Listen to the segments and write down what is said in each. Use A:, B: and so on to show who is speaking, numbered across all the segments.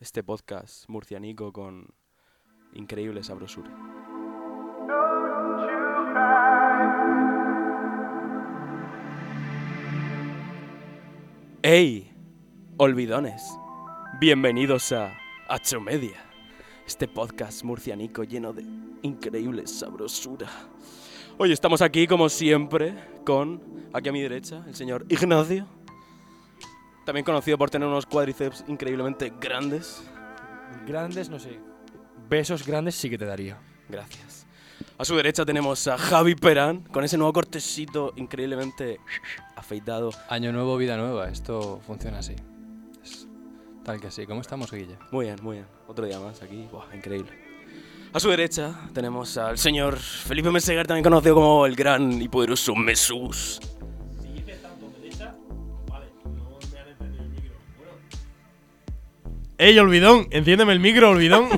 A: este podcast murcianico con increíble sabrosura. ¡Ey! Olvidones, bienvenidos a Media, este podcast murcianico lleno de increíble sabrosura. Hoy estamos aquí, como siempre, con aquí a mi derecha, el señor Ignacio, también conocido por tener unos cuádriceps increíblemente grandes.
B: Grandes, no sé. Besos grandes sí que te daría.
A: Gracias. A su derecha tenemos a Javi Perán, con ese nuevo cortecito increíblemente afeitado.
B: Año nuevo, vida nueva. Esto funciona así. Es tal que así. ¿Cómo estamos, Guille?
A: Muy bien, muy bien. Otro día más aquí. Buah, increíble. A su derecha tenemos al señor Felipe Mesegar, también conocido como el gran y poderoso Mesús.
C: Si dices tanto derecha, vale, no me han encendido el micro. Bueno,
D: ¡Ey, olvidón! Enciéndeme el micro, olvidón.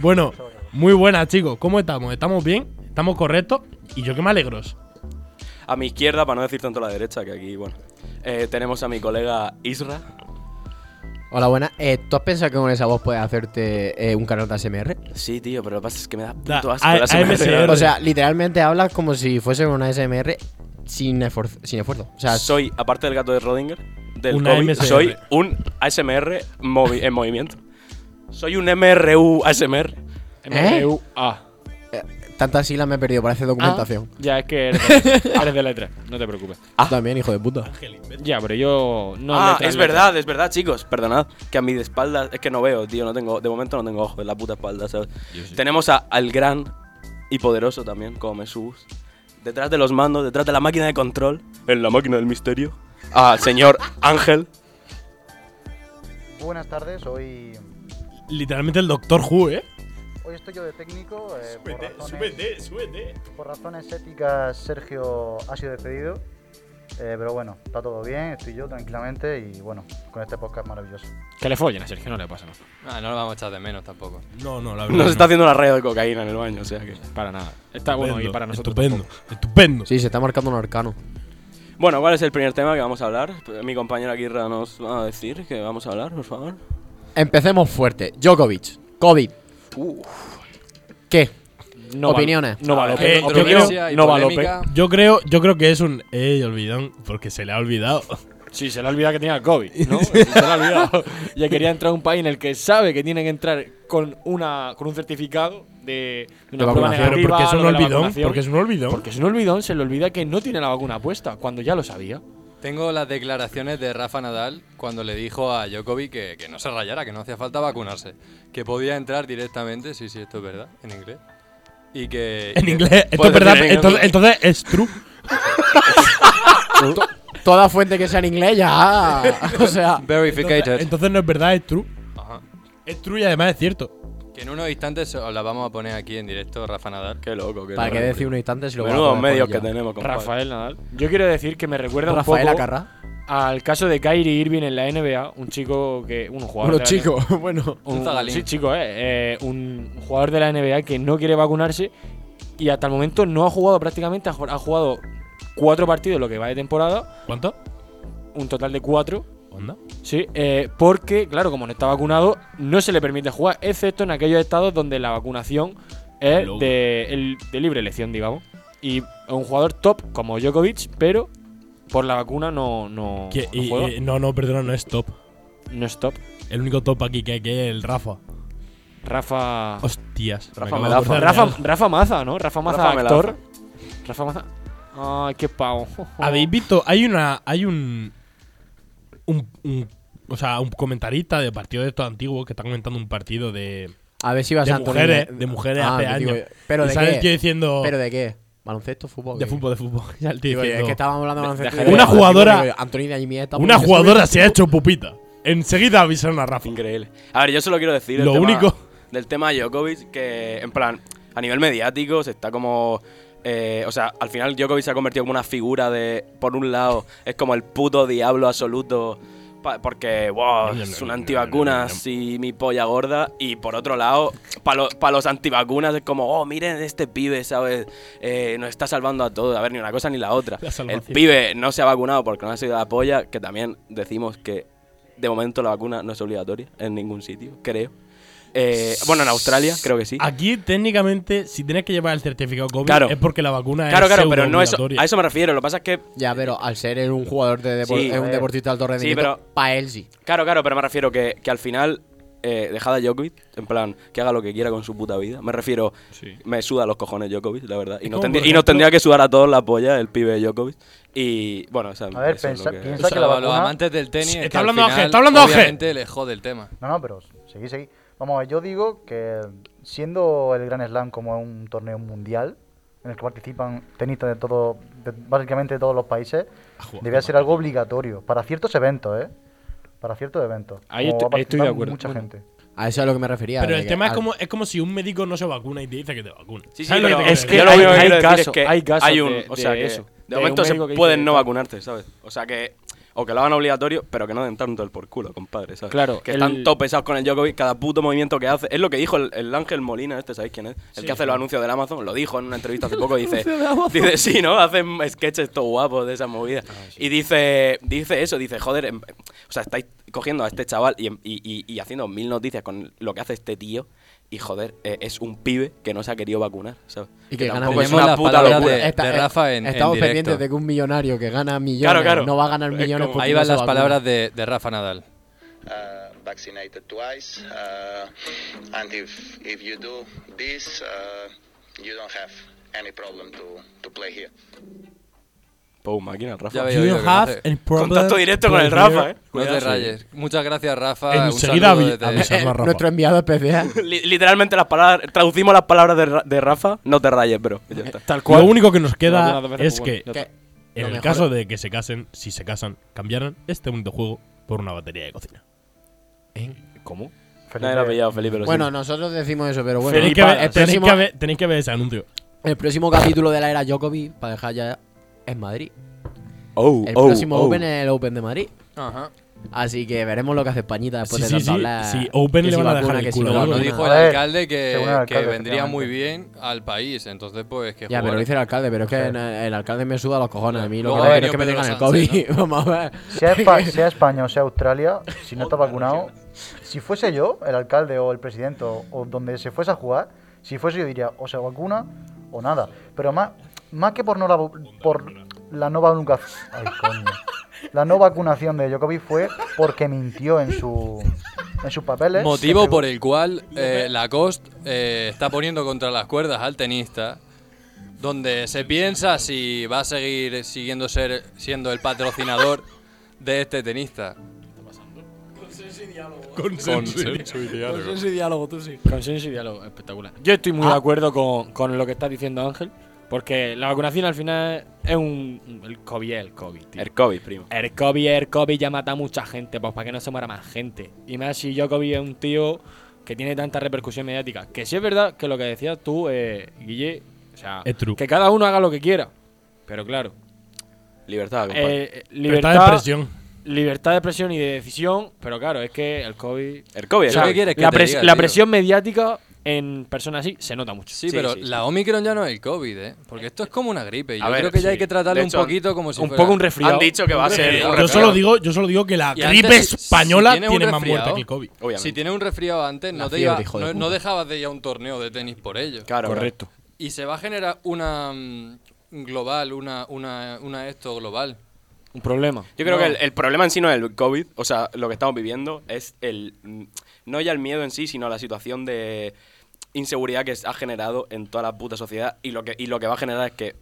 D: bueno, muy buenas, chicos. ¿Cómo estamos? ¿Estamos bien? ¿Estamos correctos? Y yo que me alegros.
A: A mi izquierda, para no decir tanto a la derecha, que aquí, bueno, eh, tenemos a mi colega Isra.
E: Hola, buenas. Eh, ¿Tú has pensado que con esa voz puedes hacerte eh, un canal de ASMR?
A: Sí, tío, pero lo que pasa es que me da
D: Da-
A: puto asco
D: A-
A: la ASMR.
D: AMSR.
E: O sea, literalmente hablas como si fuese una ASMR sin, esfor- sin esfuerzo. O sea,
A: Soy, aparte del gato de Rodinger, del
D: Una
A: COVID,
D: AMSR.
A: soy un ASMR movi- en movimiento. Soy un MRU ASMR.
F: E
E: ¿Eh?
F: MRUA.
E: tantas siglas me he perdido, parece documentación.
F: Ya es que eres de, letra, eres de letra, no te preocupes.
E: Tú también, hijo de puta.
F: Ya, pero yo no.
A: ah,
F: letra,
A: es
F: letra.
A: verdad, es verdad, chicos. Perdonad, que a mi de espalda es que no veo, tío. No tengo, de momento no tengo ojos en la puta espalda, ¿sabes? Tenemos a- al gran y poderoso también, como Mesús. Detrás de los mandos, detrás de la máquina de control. En la máquina del misterio. Al señor Ángel.
G: Buenas tardes, hoy,
D: Literalmente el Doctor Who, ¿eh?
G: hoy estoy yo de técnico. eh, por,
C: súbete,
G: razones,
C: súbete, súbete.
G: por razones éticas, Sergio ha sido despedido. eh, pero bueno, está todo bien, estoy yo tranquilamente y bueno, con este podcast maravilloso.
F: Que le follen a Sergio, no le pasa nada.
B: Ah, no lo vamos a echar de menos tampoco.
D: No, no, la verdad.
A: Nos
D: no.
A: está haciendo una raya de cocaína en el baño, o sea que.
F: Para nada. Está bueno y
D: Estupendo,
F: para nosotros.
D: Estupendo, estupendo.
E: Sí, se está marcando un arcano.
A: Bueno, ¿cuál es el primer tema que vamos a hablar? Mi compañera Guirra nos va a decir que vamos a hablar, por favor.
E: Empecemos fuerte. Djokovic, COVID. ¿Qué?
F: tampoco. No va-
E: Opiniones.
F: No va
D: Eh,
F: López.
D: yo creo-
B: Controversia y
F: no va
B: polémica.
D: Yo creo, yo creo que es un. ¡Ey, olvidón! Porque se le ha olvidado.
F: Sí, se le ha olvidado que tenía COVID, ¿no? se le ha olvidado. Ya quería entrar a un país en el que sabe que tiene que entrar con, una, con un certificado de, de una
E: De
F: prueba
E: vacunación.
D: Pero
F: negativa.
D: porque es un
F: lo de la
D: olvidón.
F: vacunación.
D: Porque es un olvidón.
F: Porque es un olvidón, se le olvida que no tiene la vacuna puesta, cuando ya lo sabía.
B: Tengo las declaraciones de Rafa Nadal cuando le dijo a Djokovic que, que no se rayara, que no hacía falta vacunarse. Que podía entrar directamente, sí, sí, esto es verdad, en inglés. Y que. y
D: en
B: que-
D: inglés. Esto es
A: Puedes
D: verdad.
A: decir en
D: Entonces, entonces es true.
E: To- Toda fuente que sea en inglés ya. O sea.
D: Entonces,
B: Verificated.
D: entonces no es verdad, es true.
B: Ajá.
D: Es true y además es cierto.
B: Que en unos instantes os la vamos a poner aquí en directo, Rafa Nadal.
A: Qué loco, qué
E: Para
A: loco.
E: que decir un instante si lo voy a
A: Menudos
E: poner por
A: medios que
E: allá.
A: tenemos, compadre.
F: Rafael Nadal. Yo quiero decir que me recuerda
E: Rafael
F: un poco
E: Acarra.
F: al caso de Kyrie Irving en la NBA, un chico que. Un
E: Bueno,
F: jugador. de la
E: chico, bueno.
B: Un zagalín.
F: Sí, chico, eh, eh, un jugador de la NBA que no quiere vacunarse y hasta el momento no ha jugado prácticamente, ha ju- ha jugado cuatro partidos lo que va de temporada,
D: ¿Cuánto?
F: un total de cuatro,
D: ¿Onda?
F: sí, eh, porque, claro, como no está vacunado, no se le permite jugar, excepto en aquellos estados donde la vacunación es
D: Loco.
F: de, el- de libre elección, digamos. Y un jugador top como Djokovic, pero por la vacuna no, no,
D: Que-
F: no
D: y-
F: juega,
D: y- no, no, perdona, no es top.
F: no es top.
D: El único top aquí que hay que es el Rafa.
F: Ah. Rafa...
D: Hostias.
A: Rafa
D: acabo de
A: Melaza.
D: acordar de
F: Rafa,
D: algo.
F: Rafa Maza, ¿no? Rafa Maza,
A: Rafa Melaza.
F: actor. Rafa Maza. Ay, qué pavo.
D: ¿Habéis visto? Hay una. Hay un. Un. un- o sea, un comentarista de partido de estos antiguos que está comentando un partido de.
E: A ver si vas
D: de
E: a Antonio-
D: mujeres, de mujeres
E: Ah,
D: hace
E: que digo,
D: años.
E: ¿Pero
D: y
E: de
D: sale el tío
E: qué?
D: diciendo.
E: ¿Pero de qué? ¿Baloncesto, fútbol?
D: de
E: qué?
D: fútbol, de fútbol. Y sale el tío
E: Digo, es
D: diciendo,
E: que estábamos hablando de baloncesto.
F: deja-
E: y
D: Una
E: digo,
D: jugadora-
E: digo, Antonio de pues, Almieda está
D: Una
E: poniendo-
D: jugadora se ha hecho pupita. Enseguida avisaron a Rafa.
A: Increíble. A ver, yo solo quiero decir. el
D: Lo
A: tema-
D: único.
A: Del tema Djokovic, que en plan, a nivel mediático, se está como. eh, o sea, al final Djokovic se ha convertido como una figura de. Por un lado, es como el puto diablo absoluto. pa- Porque, wow, es un antivacunas y mi polla gorda. Y por otro lado, para los antivacunas es como, oh, miren este pibe, ¿sabes? Eh, nos está salvando a todos. A ver, ni una cosa ni la otra.
D: La
A: el
D: salvación.
A: pibe no se ha vacunado porque no ha sido la polla, que también decimos que de momento la vacuna no es obligatoria en ningún sitio, creo. Eh, bueno, en Australia creo que sí.
D: Aquí, técnicamente, si tienes que llevar el certificado COVID,
A: Claro.
D: es porque la vacuna
A: Claro,
D: es
A: claro, pero no es,
D: pseudo-obligatoria.
A: a eso me refiero. Lo que pasa es que
E: Ya, pero al ser él un jugador de depor-
A: Sí.
E: eh, un deportista de alto rendimiento,
A: pero-
E: pa' él sí.
A: Claro, claro, pero me refiero que, que al final, eh, dejad a Djokovic, en plan, que haga lo que quiera con su puta vida. Me refiero, me suda los cojones Djokovic, la verdad. Y
D: Es
A: nos,
D: como,
A: tendría-
D: por
A: y nos
D: ejemplo-
A: tendría que sudar a todos la polla el pibe Djokovic. Y bueno, o sea,
G: A ver,
A: eso es lo
G: pensa-
A: que-
G: piensa-
B: O sea,
G: que la
B: los
G: vacuna-
B: amantes del tenis.
D: Está
B: es que al
D: hablando Ángel,
B: final,
D: está hablando Ángel.
B: Obviamente le jode el tema.
G: No, no, pero seguí, seguí. Vamos a ver, yo digo que siendo el Grand Slam como un torneo mundial en el que participan tenistas de todo, de básicamente de todos los países, debería ser algo obligatorio para ciertos eventos, ¿eh? Para ciertos eventos.
F: Ahí
G: Como
F: estoy-
G: va a
F: ahí estoy de
G: participar
F: acuerdo.
G: Mucha
F: Bueno.
G: gente.
E: A eso es a lo que me refería.
D: Pero
E: de
D: el
E: que
D: tema es
E: al-
D: como, es como si un médico no se vacuna y te dice que te vacuna.
A: Sí, sí,
D: ¿Sabes lo
A: pero-
D: que te
F: es
D: quiero
F: que
A: yo
D: decir?
A: lo
F: hay-
A: que quiero
F: hay
A: decir es
F: casos,
A: que
F: hay casos
A: hay un-
F: de-
A: o sea,
F: de
A: que
F: eso,
A: De
F: de
A: momento
F: un
A: se
F: médico que dice
A: pueden
F: que
A: no
F: tal.
A: vacunarte, ¿sabes? O sea que. O que lo hagan obligatorio, pero que no den tanto el por culo, compadre, ¿sabes?
F: Claro,
A: Que
F: el-
A: están todos pesados con el Djokovic, cada puto movimiento que hace. Es lo que dijo el, el Ángel Molina, este, ¿sabéis quién es? El que hace los anuncios del Amazon, lo dijo en una entrevista hace poco, dice. Dice, sí, ¿no? Hacen sketches todo guapos de esas movidas. Y dice, dice eso, dice, joder, em- o sea, estáis cogiendo a este chaval y, em- y- y- y haciendo mil noticias con lo que hace este tío. Y joder, eh, es un pibe que no se ha querido vacunar, ¿sabes?
E: Y que gana
A: tampoco es
E: millones.
A: una
B: Tenemos
A: puta
B: las palabras
A: locura.
B: de- de Rafa en- en
E: Estamos
B: directo.
E: pendientes de que un millonario que gana millones
A: Claro, claro.
E: no va a ganar
A: Es
E: millones
A: como-
E: porque
B: Ahí
E: no
B: van
E: se
B: las
E: vacuna.
B: palabras de, de Rafa Nadal.
H: uh, vaccinated twice, uh, and if if you do this, uh, you don't have any problem to, to play here.
A: Pum, máquina, Rafa.
B: Ya veis.
D: You
B: Yo lo que
D: have
B: hace-
D: a problem
A: Contacto directo con el
D: player.
A: Rafa, eh.
B: No
A: Cuidado.
B: te rayes. Muchas gracias, Rafa. Ah, un
D: Enseguida
B: saludo
D: avi-
B: desde-
E: Eh,
D: avisamos a Rafa.
E: Nuestro enviado especial.
A: Li- literalmente las palabras, traducimos las palabras de, Ra- de Rafa, no te rayes, bro. Y ya está.
F: Tal cual.
D: Lo único que nos queda
F: Vacuna dos veces,
D: es
F: pues
D: que,
F: bueno, ya
E: que-
D: en
E: Lo
D: el
E: mejor-
D: caso de que se casen, si se casan, cambiaran este bonito juego por una batería de cocina.
A: ¿Cómo? Nadie lo ha
G: Felipe,
A: pillado, Felipe. Lo
E: Bueno,
A: siento.
E: nosotros decimos eso, pero bueno.
D: Tenéis que
E: pa-
D: ver-
E: el,
D: tenéis
E: próximo,
D: que ver- tenéis que ver ese anuncio.
E: el próximo capítulo de la era Djokovic, para dejar ya, es Madrid.
A: Oh,
E: El
A: oh,
E: próximo
A: oh.
E: Open es el Open de Madrid.
B: Ajá.
E: Así que veremos lo que hace Españita después
D: Sí,
E: de
D: sí,
E: tanto
D: sí.
E: hablar.
D: Sí, Open
E: que
D: le
E: si
D: van a
E: vacuna,
D: dejar el
E: que si
D: culo
E: no
B: Pero
D: largo,
B: lo
E: vacuna.
B: dijo
G: A
B: el
G: ver,
B: alcalde que,
G: según el
B: que
G: alcalde,
B: vendría muy bien al país. Entonces, pues que
E: Ya,
B: jugar.
E: pero lo dice el alcalde, pero es que en- el alcalde me suda los cojones. A mí lo
B: Luego
E: que
B: ha
E: no quiero es que me
B: venido
E: digan el
B: Pedro
E: COVID.
B: Sánchez,
E: Vamos a ver.
G: Sea, Espa- sea España o sea Australia, si no estás vacunado, si fuese yo, el alcalde o el presidente o, o donde se fuese a jugar, si fuese yo diría o se vacuna o nada. Pero más, más que por no la, vacu- por la no vacunación, la no vacunación de Djokovic fue porque mintió en su en sus papeles.
B: Motivo por el cual eh, Lacoste eh, está poniendo contra las cuerdas al tenista, donde se piensa si va a seguir siguiendo ser, siendo el patrocinador de este tenista. Consenso y diálogo.
F: Consenso y diálogo, espectacular. Yo estoy muy de acuerdo con, con lo que está diciendo Ángel, porque la vacunación al final es un. El COVID es el COVID, tío.
A: El COVID, primo.
F: El COVID, es el COVID ya mata a mucha gente, pues para que no se muera más gente. Y más si Jokovic es un tío que tiene tanta repercusión mediática. Que sí es verdad que lo que decías tú, eh, Guille, o sea,
D: Es true.
F: que cada uno haga lo que quiera. Pero claro,
A: Libertad, compadre.
F: eh,
D: Libertad
F: libertad,
D: de expresión.
F: libertad de expresión y de decisión, pero claro, es que el COVID...
A: el COVID,
B: o
A: el
B: sea,
A: COVID.
B: ¿qué quieres que
F: la,
B: te
F: pres-
B: diga,
F: la
B: tío?
F: presión mediática en personas así se nota mucho.
B: Sí,
A: Sí,
B: pero
A: sí, sí.
B: la Omicron ya no es el COVID, ¿eh? Porque esto es como una gripe. y Yo
A: A ver,
B: creo que ya
A: sí.
B: hay que tratarlo
A: De hecho,
B: un poquito como si
F: un
B: fuera-
F: poco un resfriado.
A: Han dicho que va a ser.
B: Yo
D: Yo
B: Claro.
D: solo digo, yo solo digo que la
B: Y
D: gripe
B: antes, si-
D: española
B: si tienes un
D: tiene más
B: resfriado, pues
D: muertes que el COVID.
A: Obviamente.
B: Si tienes un resfriado antes,
E: La
B: no, te
E: fiebre,
B: iba-
E: hijo de
B: no-
E: puta.
B: no dejabas de ir a un torneo de tenis por ello.
A: Claro,
F: Correcto.
B: Y se va a generar una mm, global, una, una, una esto global.
F: Un problema.
A: Yo creo
B: No.
A: que el, el problema en sí no es el COVID, o sea, lo que estamos viviendo es el. mm, No ya el miedo en sí, sino la situación de inseguridad que ha generado en toda la puta sociedad y lo que, y lo que va a generar es que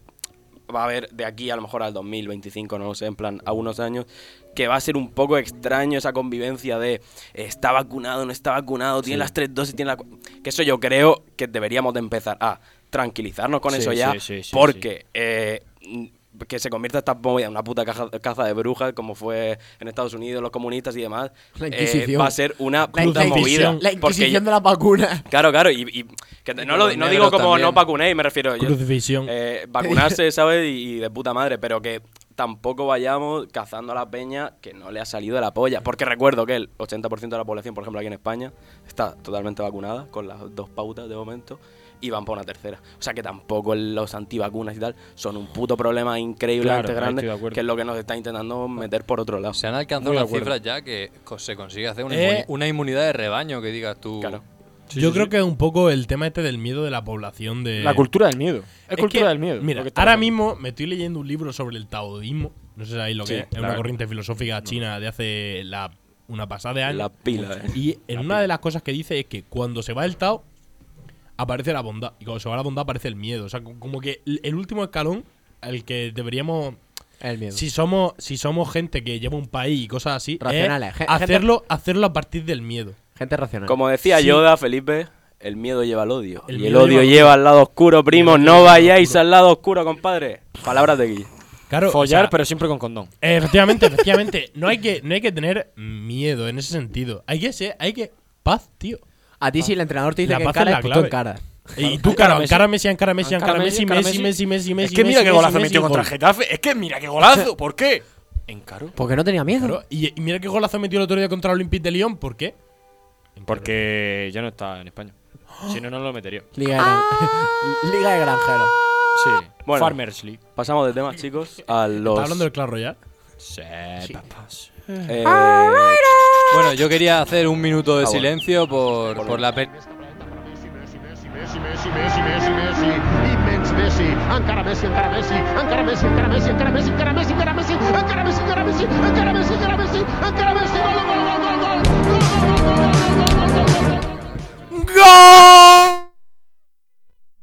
A: va a haber de aquí a lo mejor al 2025, no lo sé, en plan, a unos años, que va a ser un poco extraño esa convivencia de eh, está vacunado, no está vacunado, tiene las tres dosis, tiene la... cu- Que eso yo creo que deberíamos de empezar a tranquilizarnos con
F: Sí,
A: eso ya,
F: sí, sí, sí,
A: porque eh, mm, que se convierta esta movida en una puta caja- caza de brujas como fue en Estados Unidos, los comunistas y demás,
E: La
A: eh,
E: Inquisición.
A: va a ser una
E: La
A: puta
E: Inquisición,
A: movida.
E: la
A: porque
E: Inquisición de las vacunas.
A: Claro, claro, y, y que te-
B: Y
A: no,
B: con
A: lo-
B: los
A: no
B: negros
A: digo como
B: también.
A: no vacunéis, me refiero. yo-
D: Crucifixión.
A: eh, vacunarse, ¿sabes? Y, y de puta madre, pero que tampoco vayamos cazando a la peña que no le ha salido de la polla. Porque recuerdo que el 80% de la población, por ejemplo, aquí en España, está totalmente vacunada, con las dos pautas de momento. y van para una tercera. O sea que tampoco los antivacunas y tal son un puto problema increíblemente
F: Claro, ahí estoy de
A: grande,
F: acuerdo.
A: que es lo que nos está intentando meter por otro lado.
B: Se han alcanzado
F: Muy de
B: las
F: acuerdo.
B: cifras ya que co- se consigue hacer una,
D: Eh.
B: inmuni- una inmunidad de rebaño, que digas tú.
A: Claro.
D: Yo creo que un poco el tema este del miedo de la población de.
F: La cultura del miedo. Es,
D: Es
F: cultura
D: que,
F: del miedo.
D: Eh, Mira,
F: lo que está
D: ahora
F: pasando.
D: mismo me estoy leyendo un libro sobre el taoísmo. No sé si sabéis lo que
A: Sí,
D: es. Es
A: claro.
D: una corriente filosófica china de hace la, una pasada de años.
A: La pila, eh.
D: Y en una de las cosas que dice es que cuando se va el Tao, aparece la bondad. Y cuando se va la bondad, aparece el miedo. O sea, co- como que el el último escalón al que deberíamos.
E: El miedo.
D: Si somos, si somos gente que lleva un país y cosas así, es
E: Racionales, gen- gente-
D: hacerlo, hacerlo a partir del miedo.
E: Gente racional.
A: Como decía
D: Sí.
A: Yoda, Felipe, el miedo lleva al odio.
D: El
A: y el
D: miedo
A: odio
D: lleva al
A: lleva al lado oscuro, primo.
D: El odio lleva
A: No
D: al lado
A: vayáis
D: oscuro.
A: al lado oscuro, compadre. Palabras de Guille.
D: Claro, o
F: Follar,
D: sea,
F: pero siempre con condón.
D: Efectivamente, efectivamente. No hay, que, no hay que tener miedo en ese sentido. Hay que ser, hay que. Paz, tío.
E: A ti si el entrenador te dice
D: La
E: que
D: paz es
E: encara,
D: la
E: tú
D: clave.
E: encaras.
D: Y tú, cara, encara Messi, encara Messi, encara
F: Encara
D: Messi, Messi,
F: Ah, Messi, encara
D: Messi, Messi, Messi.
F: es que mira
D: Messi,
F: qué
D: Messi,
F: golazo
D: Messi,
F: metió
D: gol.
F: contra el Getafe. Es que mira qué golazo. ¿Por qué? Encaro.
E: Porque no tenía miedo.
D: Claro, y, y mira qué golazo metió el otro día contra el Olympique de Lyon. ¿Por qué?
F: Porque ya no está en España. Si no, no lo metería.
E: Liga, de gran- Liga de granjeros.
F: Sí.
A: Bueno.
F: Farmers League.
A: Pasamos de temas, chicos, a los.
D: ¿Estás hablando del Clash Royale?
F: Sí, papás.
A: eh,
B: Bueno, yo quería hacer un minuto de
A: bueno.
B: silencio Ah, por, por la pe-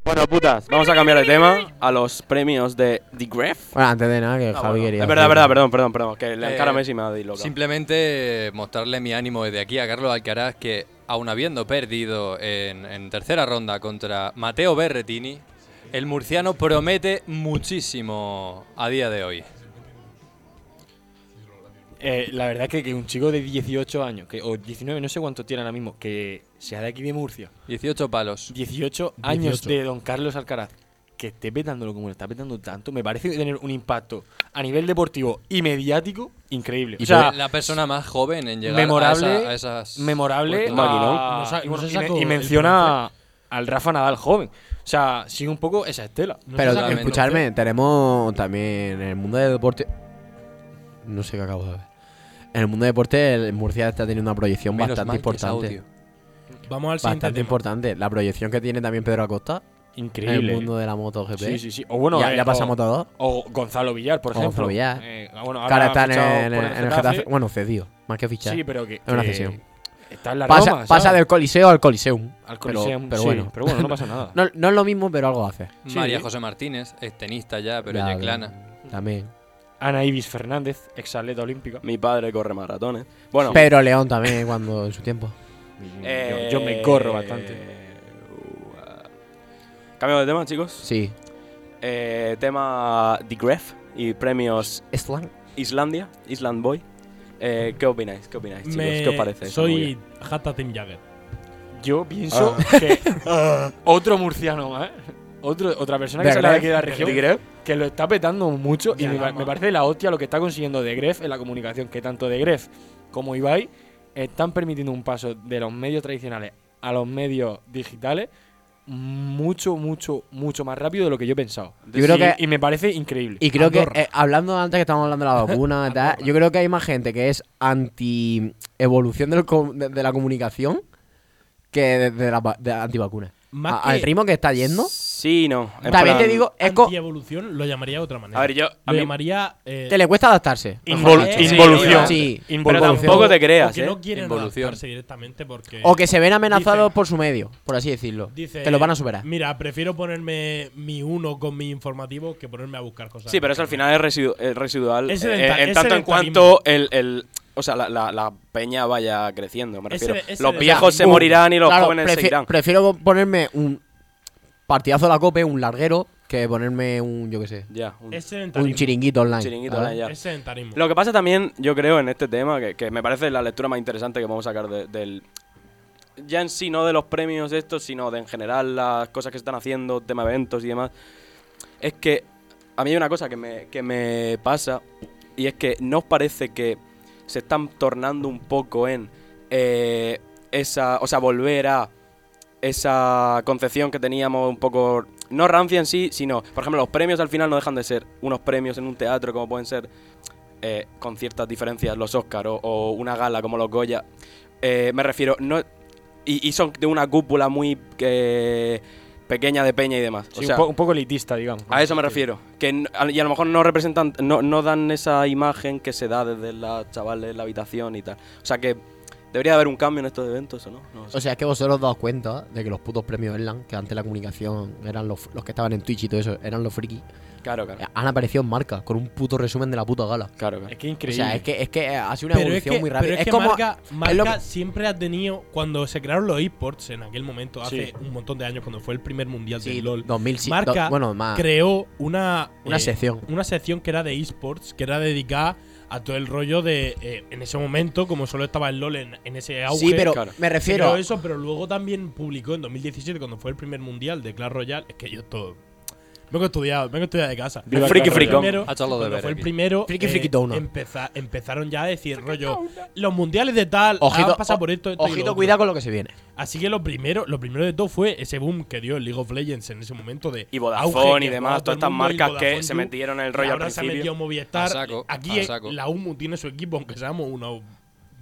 A: Bueno, putas, vamos a cambiar de tema a los premios de The Gref.
E: Ah, Bueno, antes de nada, que Javi quería.
A: Ah, Es verdad, es verdad,
E: hacer-
A: perdón, perdón, perdón. Que le
B: Eh,
A: encara Messi me ha dicho
B: Simplemente eh, mostrarle mi ánimo desde aquí a Carlos Alcaraz que, aun habiendo perdido en, en tercera ronda contra Mateo Berretini, el murciano promete muchísimo a día de hoy.
F: Eh, la verdad es que, que un chico de 18 años, que, o 19, no sé cuánto tiene ahora mismo, que sea de aquí de Murcia,
B: 18 palos.
F: 18 años
D: 18.
F: de Don Carlos Alcaraz, que esté petándolo como lo está petando tanto, me parece tener un impacto a nivel deportivo y mediático increíble.
B: Y
F: o sea,
B: fue la persona más joven en llegar a
F: memorable,
B: esa- a, esas.
F: memorable
B: puertas.
A: Maquinón.
F: a-
D: No sa-
F: y
D: no
F: bueno,
D: se
F: y me-
D: sacó
F: y
D: el
F: menciona al Rafa Nadal joven. O sea, sigue un poco esa estela.
D: No
E: Pero
D: se saca el
E: escucharme, tenemos también en el mundo del deporte. No sé qué acabo de ver. En el mundo del deporte, el Murcia está teniendo una proyección
B: Menos
E: bastante
B: mal que es
E: importante.
B: audio.
D: trofeo. Vamos al siguiente
E: Bastante
D: tema.
E: importante. La proyección que tiene también Pedro Acosta en
F: Increíble.
E: el mundo de la MotoGP.
F: Sí, sí, sí. O bueno,
E: ya,
F: eh,
E: ya
F: o-
E: pasamos todos.
F: O Gonzalo Villar,
E: O
F: por ejemplo.
E: Gonzalo Villar.
F: Eh, bueno,
E: Que ahora
F: ahora
E: está en,
F: fichado
E: el-
F: por el
E: en el
F: Getafe.
E: Getafe. Bueno, cedido. Más que fichar.
F: Sí, pero que.
E: una
F: que
E: cesión.
F: Está en la
E: pasa
F: Roma,
E: pasa
F: ¿sabes?
E: del Coliseo al Coliseum.
F: Al
E: pero-
F: Coliseum,
E: pero
F: sí,
E: bueno.
F: Pero bueno, no pasa nada.
E: No, no es lo mismo, pero algo hace.
F: Sí.
B: María José Martínez, es tenista ya, pero
E: Ya,
B: yeclana.
E: También.
F: Ana Ibis Fernández, exaleta olímpica.
A: Mi padre corre maratones. Bueno,
E: Pedro León también, cuando en su tiempo.
A: eh,
F: yo, yo me corro bastante.
A: uh, Cambio de tema, chicos.
E: Sí.
A: Eh, tema The Gref y premios
E: Slang.
A: Islandia, Island Boy. Eh, ¿Qué opináis? ¿Qué opináis, chicos?
D: Me-
A: ¿Qué os parece? esa
D: Soy
A: movida?
D: Hata Tim Jagger.
F: Yo pienso
E: Ah.
F: que otro murciano más, ¿eh? otro, otra persona que
E: De
F: sale de
E: Gref.
F: aquí de la región, que lo está petando mucho y me, pa- me parece la hostia lo que está consiguiendo De Gref en la comunicación, que tanto De Gref como Ibai están permitiendo un paso de los medios tradicionales a los medios digitales mucho, mucho, mucho más rápido de lo que yo he pensado.
E: Yo creo
F: y,
E: que-
F: y me parece increíble.
E: Y creo que,
D: Andorra.
E: eh, hablando antes que estábamos hablando de la vacuna, y tal, yo creo que hay más gente que es anti-evolución del com- de, de la comunicación que de, de la va- de la antivacuna.
D: Más
E: A-
D: que-
E: Al ritmo que está yendo.
A: Sí, no. en
E: También te
A: plan-
E: digo, es co-
D: Anti-evolución lo llamaría de otra manera.
A: A ver, yo. A
D: lo
A: mí,
D: llamaría. eh,
E: que le cuesta adaptarse.
F: Invol-
D: Sí,
F: involución.
E: sí.
A: pero
F: Involución.
A: tampoco te
D: o
A: creas,
D: que
A: ¿eh?
D: no quieren
B: Involución.
D: adaptarse directamente porque.
E: O que se ven amenazados
D: Dice-
E: por su medio, por así decirlo.
D: Dice,
E: que lo van a superar.
D: Mira, prefiero ponerme mi uno con mi informativo que ponerme a buscar cosas.
A: Sí, pero eso al final es, residu- es residual.
D: Es
A: eh,
D: sedenta-
A: en
D: es
A: tanto en
D: sedentarismo.
A: cuanto el. el- o sea, la, la- la peña vaya creciendo, me
D: Es
A: refiero.
D: sed- es
A: los
D: sedentarismo.
A: viejos se
E: Un-
A: morirán y los
E: claro,
A: jóvenes
E: prefi-
A: seguirán.
E: Prefiero ponerme un partidazo de la cope, un larguero, que ponerme un, yo qué sé,
A: Ya, un
D: Es sedentarismo.
E: un chiringuito online.
A: chiringuito.
E: ¿sabes?
A: ahí ya.
D: Es sedentarismo.
A: Lo que pasa también, yo creo, en este tema, que, que me parece la lectura más interesante que podemos sacar de- del... Ya en sí, no de los premios estos, sino de en general las cosas que se están haciendo, tema eventos y demás, es que a mí hay una cosa que me, que me pasa y es que no os parece que se están tornando un poco en eh, esa... O sea, volver a esa concepción que teníamos un poco, no rancia en sí, sino, por ejemplo, los premios al final no dejan de ser unos premios en un teatro como pueden ser eh, con ciertas diferencias los Oscar o, o una gala como los Goya. Eh, me refiero, no y, y son de una cúpula muy eh, pequeña de peña y demás. O
F: Sí,
A: sea,
F: un, po- un poco elitista, digamos.
A: a eso me refiero. Que n- a- y a lo mejor no representan, no, no dan esa imagen que se da desde la chavales en la habitación y tal. O sea que debería haber un cambio en estos eventos, ¿o no? No lo sé.
E: O sea, es que vosotros os dais cuenta de que los putos premios Erlang, que antes la comunicación eran los, los que estaban en Twitch y todo eso, eran los frikis,
A: claro, claro.
E: eh, han aparecido en marcas con un puto resumen de la puta gala.
A: Claro, claro.
F: Es que
E: O
F: increíble.
E: sea, es que, es que eh, ha sido una
D: Pero es
E: evolución
D: que,
E: muy
D: pero
E: rápida.
D: es que
E: como.
D: marca,
E: es lo
D: marca
E: que-
D: siempre ha tenido. Cuando se crearon los esports en aquel momento, hace
F: Sí.
D: un montón de años, cuando fue el primer mundial
E: Sí,
D: del LOL,
E: 2007,
D: marca
E: do- bueno, más.
D: creó una, eh,
E: Una sección.
D: Una sección que era de esports, que era dedicada a todo el rollo de. eh, en ese momento, como solo estaba el LOL en, en ese auge.
E: sí, pero
A: claro.
E: me
D: se creó
E: refiero.
D: eso, pero luego también publicó en 2017, cuando fue el primer mundial de Clash Royale. Es que yo todo. Vengo estudiado, vengo estudiado de casa.
F: Viva
A: Friki
F: Clash
A: fricón.
D: Primero,
B: Ha hecho los
D: cuando
B: deberes
D: fue el
B: aquí.
D: primero. eh,
E: Friki friki donut.
D: empeza- empezaron ya a decir rollo. Los mundiales de tal.
E: Ojito,
D: han pasado por esto. esto y lo
E: ojito
D: otro".
E: cuidado con lo que se viene.
D: Así que lo primero, lo primero de todo fue ese boom que dio el League of Legends en ese momento de.
A: Y
D: auge
A: Vodafone
D: que
A: y
D: jugaba
A: demás,
D: todo el
A: todas estas
D: mundo, y
A: marcas que
D: Vodafone
A: se
D: Blue,
A: metieron en el
D: y
A: rollo al
D: Ahora se ha metido
A: principio.
D: Movistar.
B: A saco,
D: Aquí
B: a saco.
D: la UMU tiene su equipo, aunque seamos unos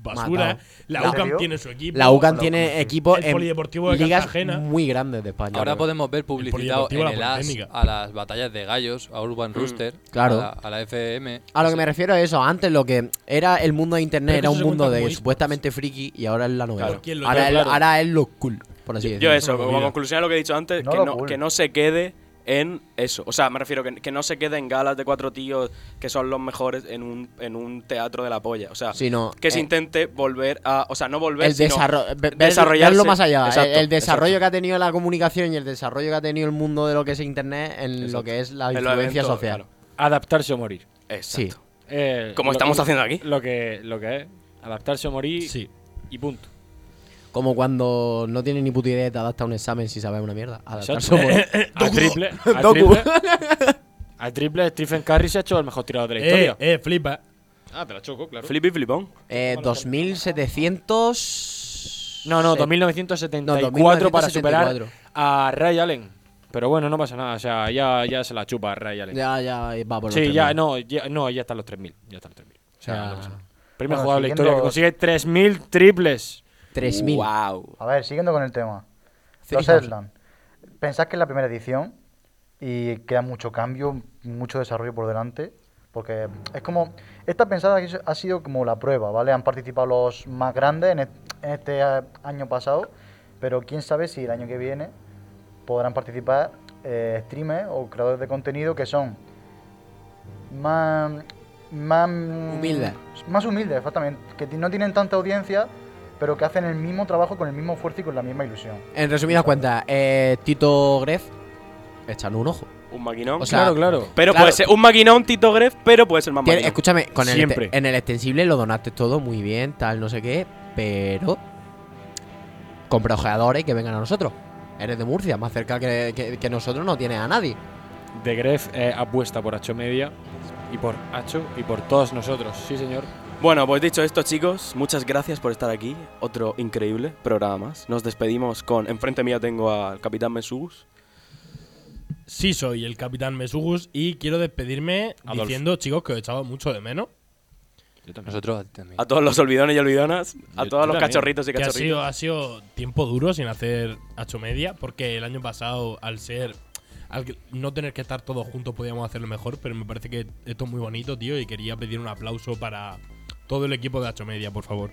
D: basura.
E: Matado.
D: La
G: ¿En
D: UCAM
G: serio?
D: tiene su equipo.
E: La UCAN tiene equipos
D: El
E: en
D: Polideportivo de
E: ligas
D: Cartagena.
E: muy grandes de España.
B: Ahora
E: Claro.
B: podemos ver publicitado
D: polideportivo,
B: en
D: la
B: el AS
D: Politécnica.
B: a las batallas de gallos, a Urban Rooster,
E: Claro. Ah.
B: a, la, a la FM.
E: A lo que me refiero es eso, antes lo que era el mundo de internet
D: Pero
E: era
D: eso
E: un
D: se
E: mundo
D: cuenta
E: de
D: como
E: supuestamente friki y ahora es la novela.
D: Claro. ¿Quién lo
E: ahora,
D: lleva?
E: es,
D: Claro.
E: ahora es lo cool, por así decirlo.
A: Yo eso, como
D: Mira.
A: conclusión a lo que he dicho antes,
G: No
A: que,
G: lo
A: no,
G: cool.
A: que no se quede en eso. O sea, me refiero que, que no se quede en galas de cuatro tíos que son los mejores en un, en un teatro de la polla. O sea,
E: Sí, no,
A: que se
E: eh,
A: intente volver a... O sea, no volver,
E: El
A: sino
E: desarrollo,
A: desarrollarse.
E: verlo más allá. eh, el-
A: Exacto,
E: el desarrollo
A: exacto.
E: que ha tenido la comunicación y el desarrollo que ha tenido el mundo de lo que es internet en lo que es la
A: En los
E: influencia
A: eventos,
E: social.
A: claro.
F: Adaptarse o morir.
A: Exacto.
F: Eh,
A: Como
F: lo-
A: estamos haciendo aquí.
F: Lo que, lo que es. Adaptarse o morir
D: Sí.
F: y punto.
E: Como cuando no tienes ni puta idea y te adapta a un examen si sabes una mierda. Eh, Adaptarse
F: Exacto.
E: a un-
F: A triple. A
E: Doku.
F: triple. A triple, Stephen Curry se ha hecho el mejor tirador de la
D: Eh,
F: historia.
D: eh, flipa.
F: Ah, te la choco, claro.
A: Flip y flipón.
E: Eh, 2700.
F: No, no,
E: se-
F: 2974 para
E: 2974.
F: superar a Ray Allen. Pero bueno, no pasa nada, o sea, ya, ya se la chupa a Ray Allen.
E: Ya, ya, va por los
F: sí, ya
E: 3000.
F: no, ya, no, ya están los 3000, ya están los 3000.
E: O sea,
F: Primer
G: Bueno,
F: jugador de la historia que
G: siguiendo-
F: consigue 3000 triples.
E: 3000.
A: Wow.
G: A ver, siguiendo con el tema. Los
E: 3000.
G: Erlang. Pensad que es la primera edición y queda mucho cambio, mucho desarrollo por delante. Porque es como. Esta pensada que ha sido como la prueba, ¿vale? Han participado los más grandes en, est- en este eh, año pasado, pero quién sabe si el año que viene podrán participar eh, streamers o creadores de contenido que son más. más.
E: Humildes.
G: Más humildes, exactamente. Que ti- no tienen tanta audiencia, pero que hacen el mismo trabajo con el mismo esfuerzo y con la misma ilusión.
E: En resumidas cuentas, eh, Tito Gref echan un ojo.
A: Un maquinón.
E: O sea,
F: claro, claro.
A: pero
E: claro.
A: puede ser un maquinón Tito Gref, pero puede ser más
E: tiene-
A: maquinón.
E: escúchame, con el
F: Siempre.
E: este- en el extensible lo donaste todo muy bien, tal, no sé qué, pero compra ojeadores que vengan a nosotros. Eres de Murcia, más cerca que, que- que nosotros no tienes a nadie.
F: De Gref eh, apuesta por Hacho Media y por Hacho y por todos nosotros. Sí, señor.
A: Bueno, pues dicho esto, chicos, muchas gracias por estar aquí. Otro increíble programa más. Nos despedimos con. Enfrente mía tengo al Capitán Mesugus.
D: Sí, soy el capitán Mesugus y quiero despedirme
F: Adolfo.
D: diciendo, chicos, que os echaba mucho de menos.
F: Yo también.
B: Nosotros a ti también.
A: A todos los olvidones y olvidonas. A
F: Yo
A: todos los
F: también.
A: cachorritos y
D: Que ha
A: cachorritos.
D: sido, ha sido tiempo duro sin hacer hacho media, porque el año pasado, al ser. Al que- no tener que estar todos juntos, podíamos hacerlo mejor, pero me parece que esto es muy bonito, tío, y quería pedir un aplauso para todo el equipo de hacho media, por favor.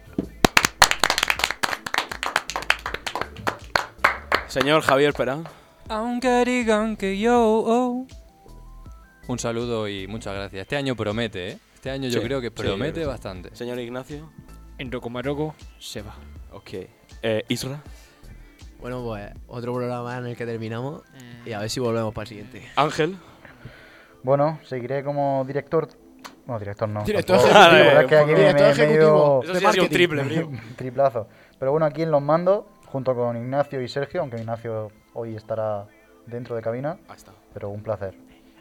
A: Señor Javier Perán.
B: Aunque digan que yo. oh. Un saludo y muchas gracias. Este año promete, ¿eh? Este año yo
A: Sí,
B: creo que
A: sí, yo creo
B: promete
A: que sí.
B: bastante.
A: Señor Ignacio.
F: En Rocomaroco se va.
A: Ok. Eh, Isra.
E: Bueno, pues otro programa en el que terminamos y a ver si volvemos para el siguiente.
A: Ángel.
G: Bueno, seguiré como director. Bueno, director no.
E: Director
A: ejecutivo.
G: tampoco. La verdad es que aquí me-
E: Director
G: me- me he
E: ejecutivo.
A: Eso
E: De
A: sí ha sido un
E: marketing.
A: triple, brío.
G: ido Triplazo. Pero bueno, aquí en los mandos, junto con Ignacio y Sergio, aunque Ignacio hoy estará dentro de cabina,
A: Ahí está.
G: pero un placer.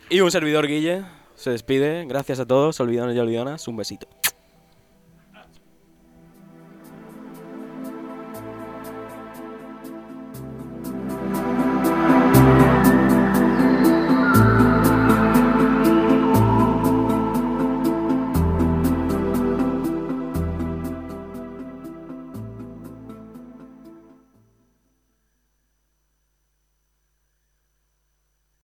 A: Y un servidor Guille. Se despide. Gracias a todos, olvidones y olvidonas. Un besito.